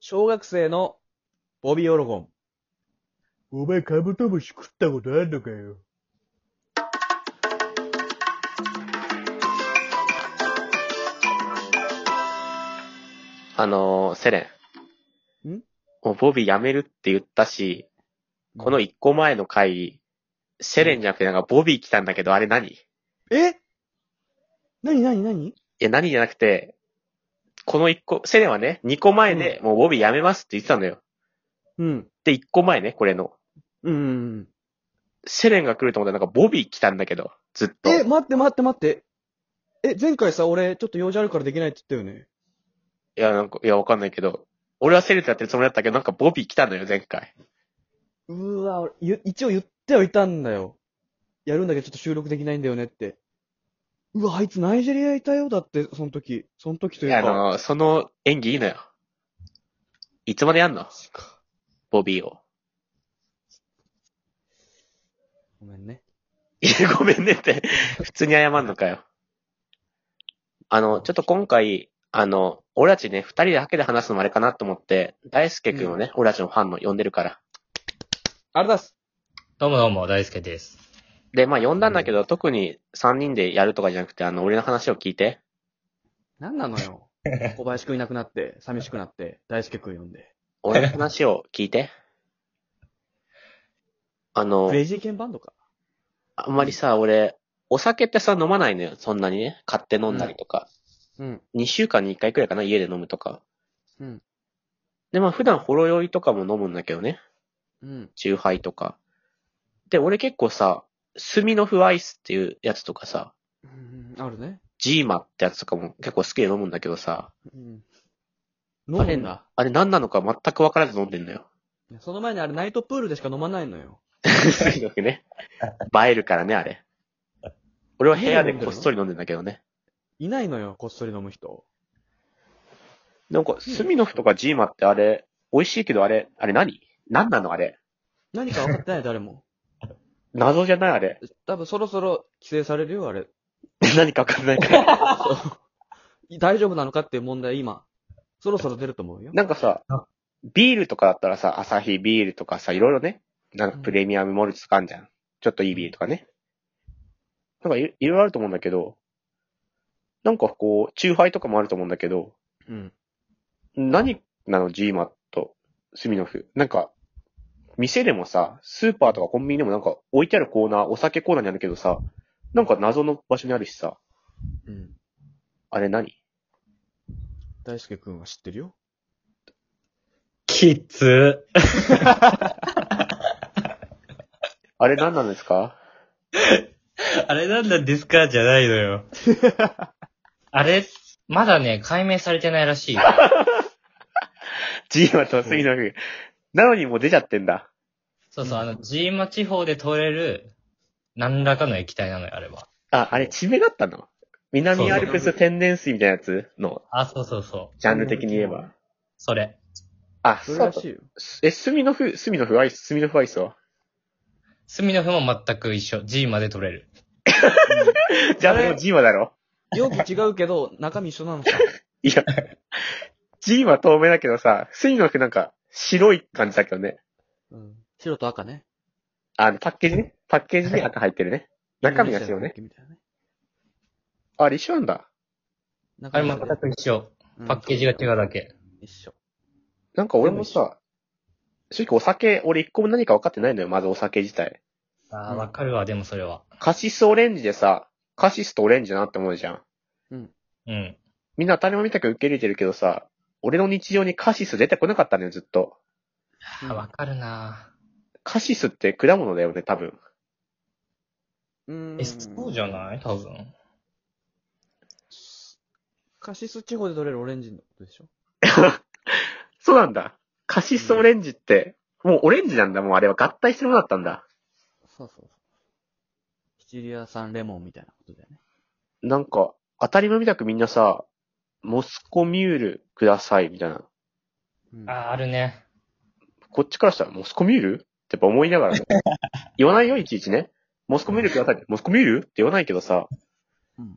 小学生のボビーオロゴン。お前カブトムシ食ったことあんのかよ。あのー、セレン。んもうボビー辞めるって言ったし、この一個前の回、セレンじゃなくてなんかボビー来たんだけど、あれ何いえなになになにや、何じゃなくて、この一個、セレンはね、二個前で、もうボビー辞めますって言ってたのよ。うん。で、一個前ね、これの。うんうんセレンが来ると思ったらなんかボビー来たんだけど、ずっうん。と。え、待って待って待って。え、前回さ、俺、ちょっと用事あるからできないって言ったよね。いや、なんか、いや、わかんないけど、俺はセレンとやってるつもりだったけど、なんかボビー来たのよ、前回。うーわ、俺ゆ一応言ってはいたんだよ。やるんだけどちょっと収録できないんだよねって。うわ、あいつナイジェリアいたよ。だって、その時。その時といいうや、あか。のー、その演技いいのよ。いつまでやんのボビーを。ごめんね。いや、ごめんねって、 普通に謝んのかよ。あの、ちょっと今回、あの、俺たちね、二人だけで話すのもあれかなと思って、大輔くんをね、俺たちのファンも呼んでるから。あれだっす。どうもどうも、大輔です。で、まあ呼んだんだけど、特に三人でやるとかじゃなくて、あの、俺の話を聞いて。なんなの よ。小林くんいなくなって、寂しくなって、大輔くん呼んで。俺の話を聞いて。あのクレ、イジーケンバンドか。あんまりさ、俺、お酒ってさ、飲まないのよ。そんなにね。買って飲んだりとか。うん。 2週間に1回くらいかな、家で飲むとか。うん。で、まあ普段ほろ酔いとかも飲むんだけどね。うん。チューハイとか。で、俺結構さ、スミノフアイスっていうやつとかさ、うんあるね。ジーマってやつとかも結構好きで飲むんだけどさ、うん。あ飲むれんだ。あれ何なのか全く分からず飲んで んのよ。いやその前にあれナイトプールでしか飲まないのよ。スミノフね。映えるからね、あれ。俺は部屋でこっそり飲んでんだけどね。いないのよ、こっそり飲む人。なんか、スミノフとかジーマってあれ、美味しいけどあれ、あれ何何なのあれ。何か分かって ない、誰も。謎じゃないあれ。 多分そろそろ規制されるよ、あれ。何か分かんないから。大丈夫なのかっていう問題、今。そろそろ出ると思うよ。なんかさ、ビールとかだったらさ、アサヒビールとかさ、いろいろね、なんかプレミアムモルツとかあんじゃん。ちょっといいビールとかね。なんかいいろいろあると思うんだけど、なんかこう、チューハイとかもあると思うんだけど、うん。何なのジーマとスミノフ。なんか、店でもさ、スーパーとかコンビニでもなんか置いてあるコーナー、お酒コーナーにあるけどさ、なんか謎の場所にあるしさ、うん。あれ何大輔くんは知ってるよ。きつ。あれ何なんですかあれなんなんですかじゃないのよ。あれ、まだね、解明されてないら しい。 ジーマとスミノフ。 なのにもう出ちゃってんだ。そうそう、あの、ジーマ地方で取れる、何らかの液体なのよ、あれは。あ、あれ、地名だったの南アルプス天然水みたいなやつの、あ、そうそうそう。ジャンル的に言えば。それ。あ、そそれうらだしいよ。え、スミノフ、スミノフアイス、スミノフアイスはスミノフも全く一緒。ジーマで取れる。ジャンルのジーマだろ容器違うけど、中身一緒なのさ。いや、ジーマ透明だけどさ、スミノフなんか白い感じだけどね。うん。白と赤ね。あの、パッケージね。パッケージに赤入ってるね。中身が白ね。インドネシアの国旗みたいなね。あ、あれ一緒なんだ。あ中れ身全白く一緒。うんパッケージが違うだけ。一緒。なんか俺もさ、正直お酒、俺一個も何か分かってないのよ、まずお酒自体。あうーんわかるわ、でもそれは。カシスオレンジでさ、カシスとオレンジだなって思うじゃん。うん。みんな当たり前みたく受け入れてるけどさ、俺の日常にカシス出てこなかったのよ、ずっと。あわかるなカシスって果物だよね、多分。うん。え、そうじゃない多分。カシス地方で取れるオレンジのことでしょそうなんだ。カシスオレンジって、もうオレンジなんだ、もうあれは合体してるものだったんだ。そうそうそう。シチリア産レモンみたいなことだよね。なんか、当たり前みたくみんなさ、モスコミュールください、みたいな。うんあー、あるね。こっちからしたら、モスコミュールってやっぱ思いながら ね。言わないよ、いちいちね。モスコミュールください。モスコミュールって言わないけどさ。うん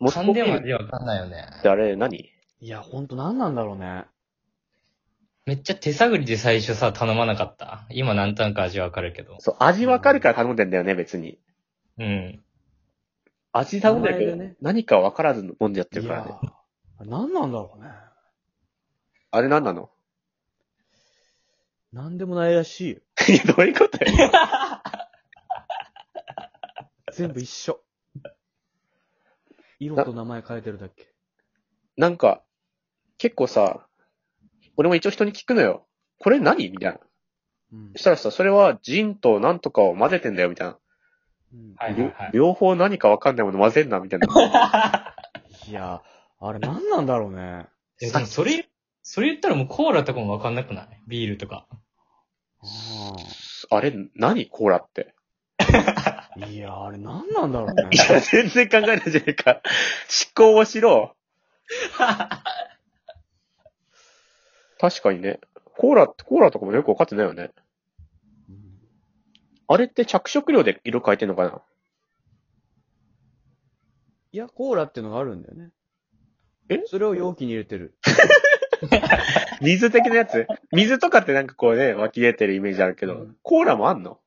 モスコ噛んミュでもール味わかんないよねっ。てあれ何いや、ほんと何なんだろうね。めっちゃ手探りで最初さ、頼まなかった。今何単か味わかるけど。そう、味わかるから頼んでんだよね、別に。うん。味頼んでるけ名前ど、でね何かわからず飲んじゃってるからね。いやーあれ何なんだろうね。あれ何なの 何でもないらしいよ。いや、どういうことよ。全部一 緒。色と名前変えてるだけ。なんか、結構さ、俺も一応人に聞くのよ。これ何みたいな。うんしたらさ、それはジンとなんとかを混ぜてんだよ、みたいな。うんはいはいはい。両方何かわかんないもの混ぜんな、みたいな。 いやー、あれ何なんだろうね。えでもそれ、それ言ったらもうコーラとかもわかんなくないビールとか。あれ、何コーラって。うんいやー、あれ何なんだろ うねい。や、全然考えないじゃねえか。思考をし ろ。確かにね。コーラって、コーラとかもよくわかってないよね。うんあれって着色料で色変えてんのかないや、コーラっていうのがあるんだよね。えそれを容器に入れてる。水的なやつ水とかってなんかこうね、湧き出てるイメージあるけど、うんコーラもあんの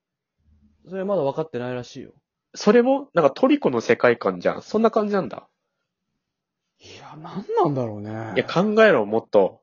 それまだ分かってないらしいよ。それも、なんかトリコの世界観じゃん。そんな感じなんだ。いや、何なんだろうね。いや、考えろ、もっと。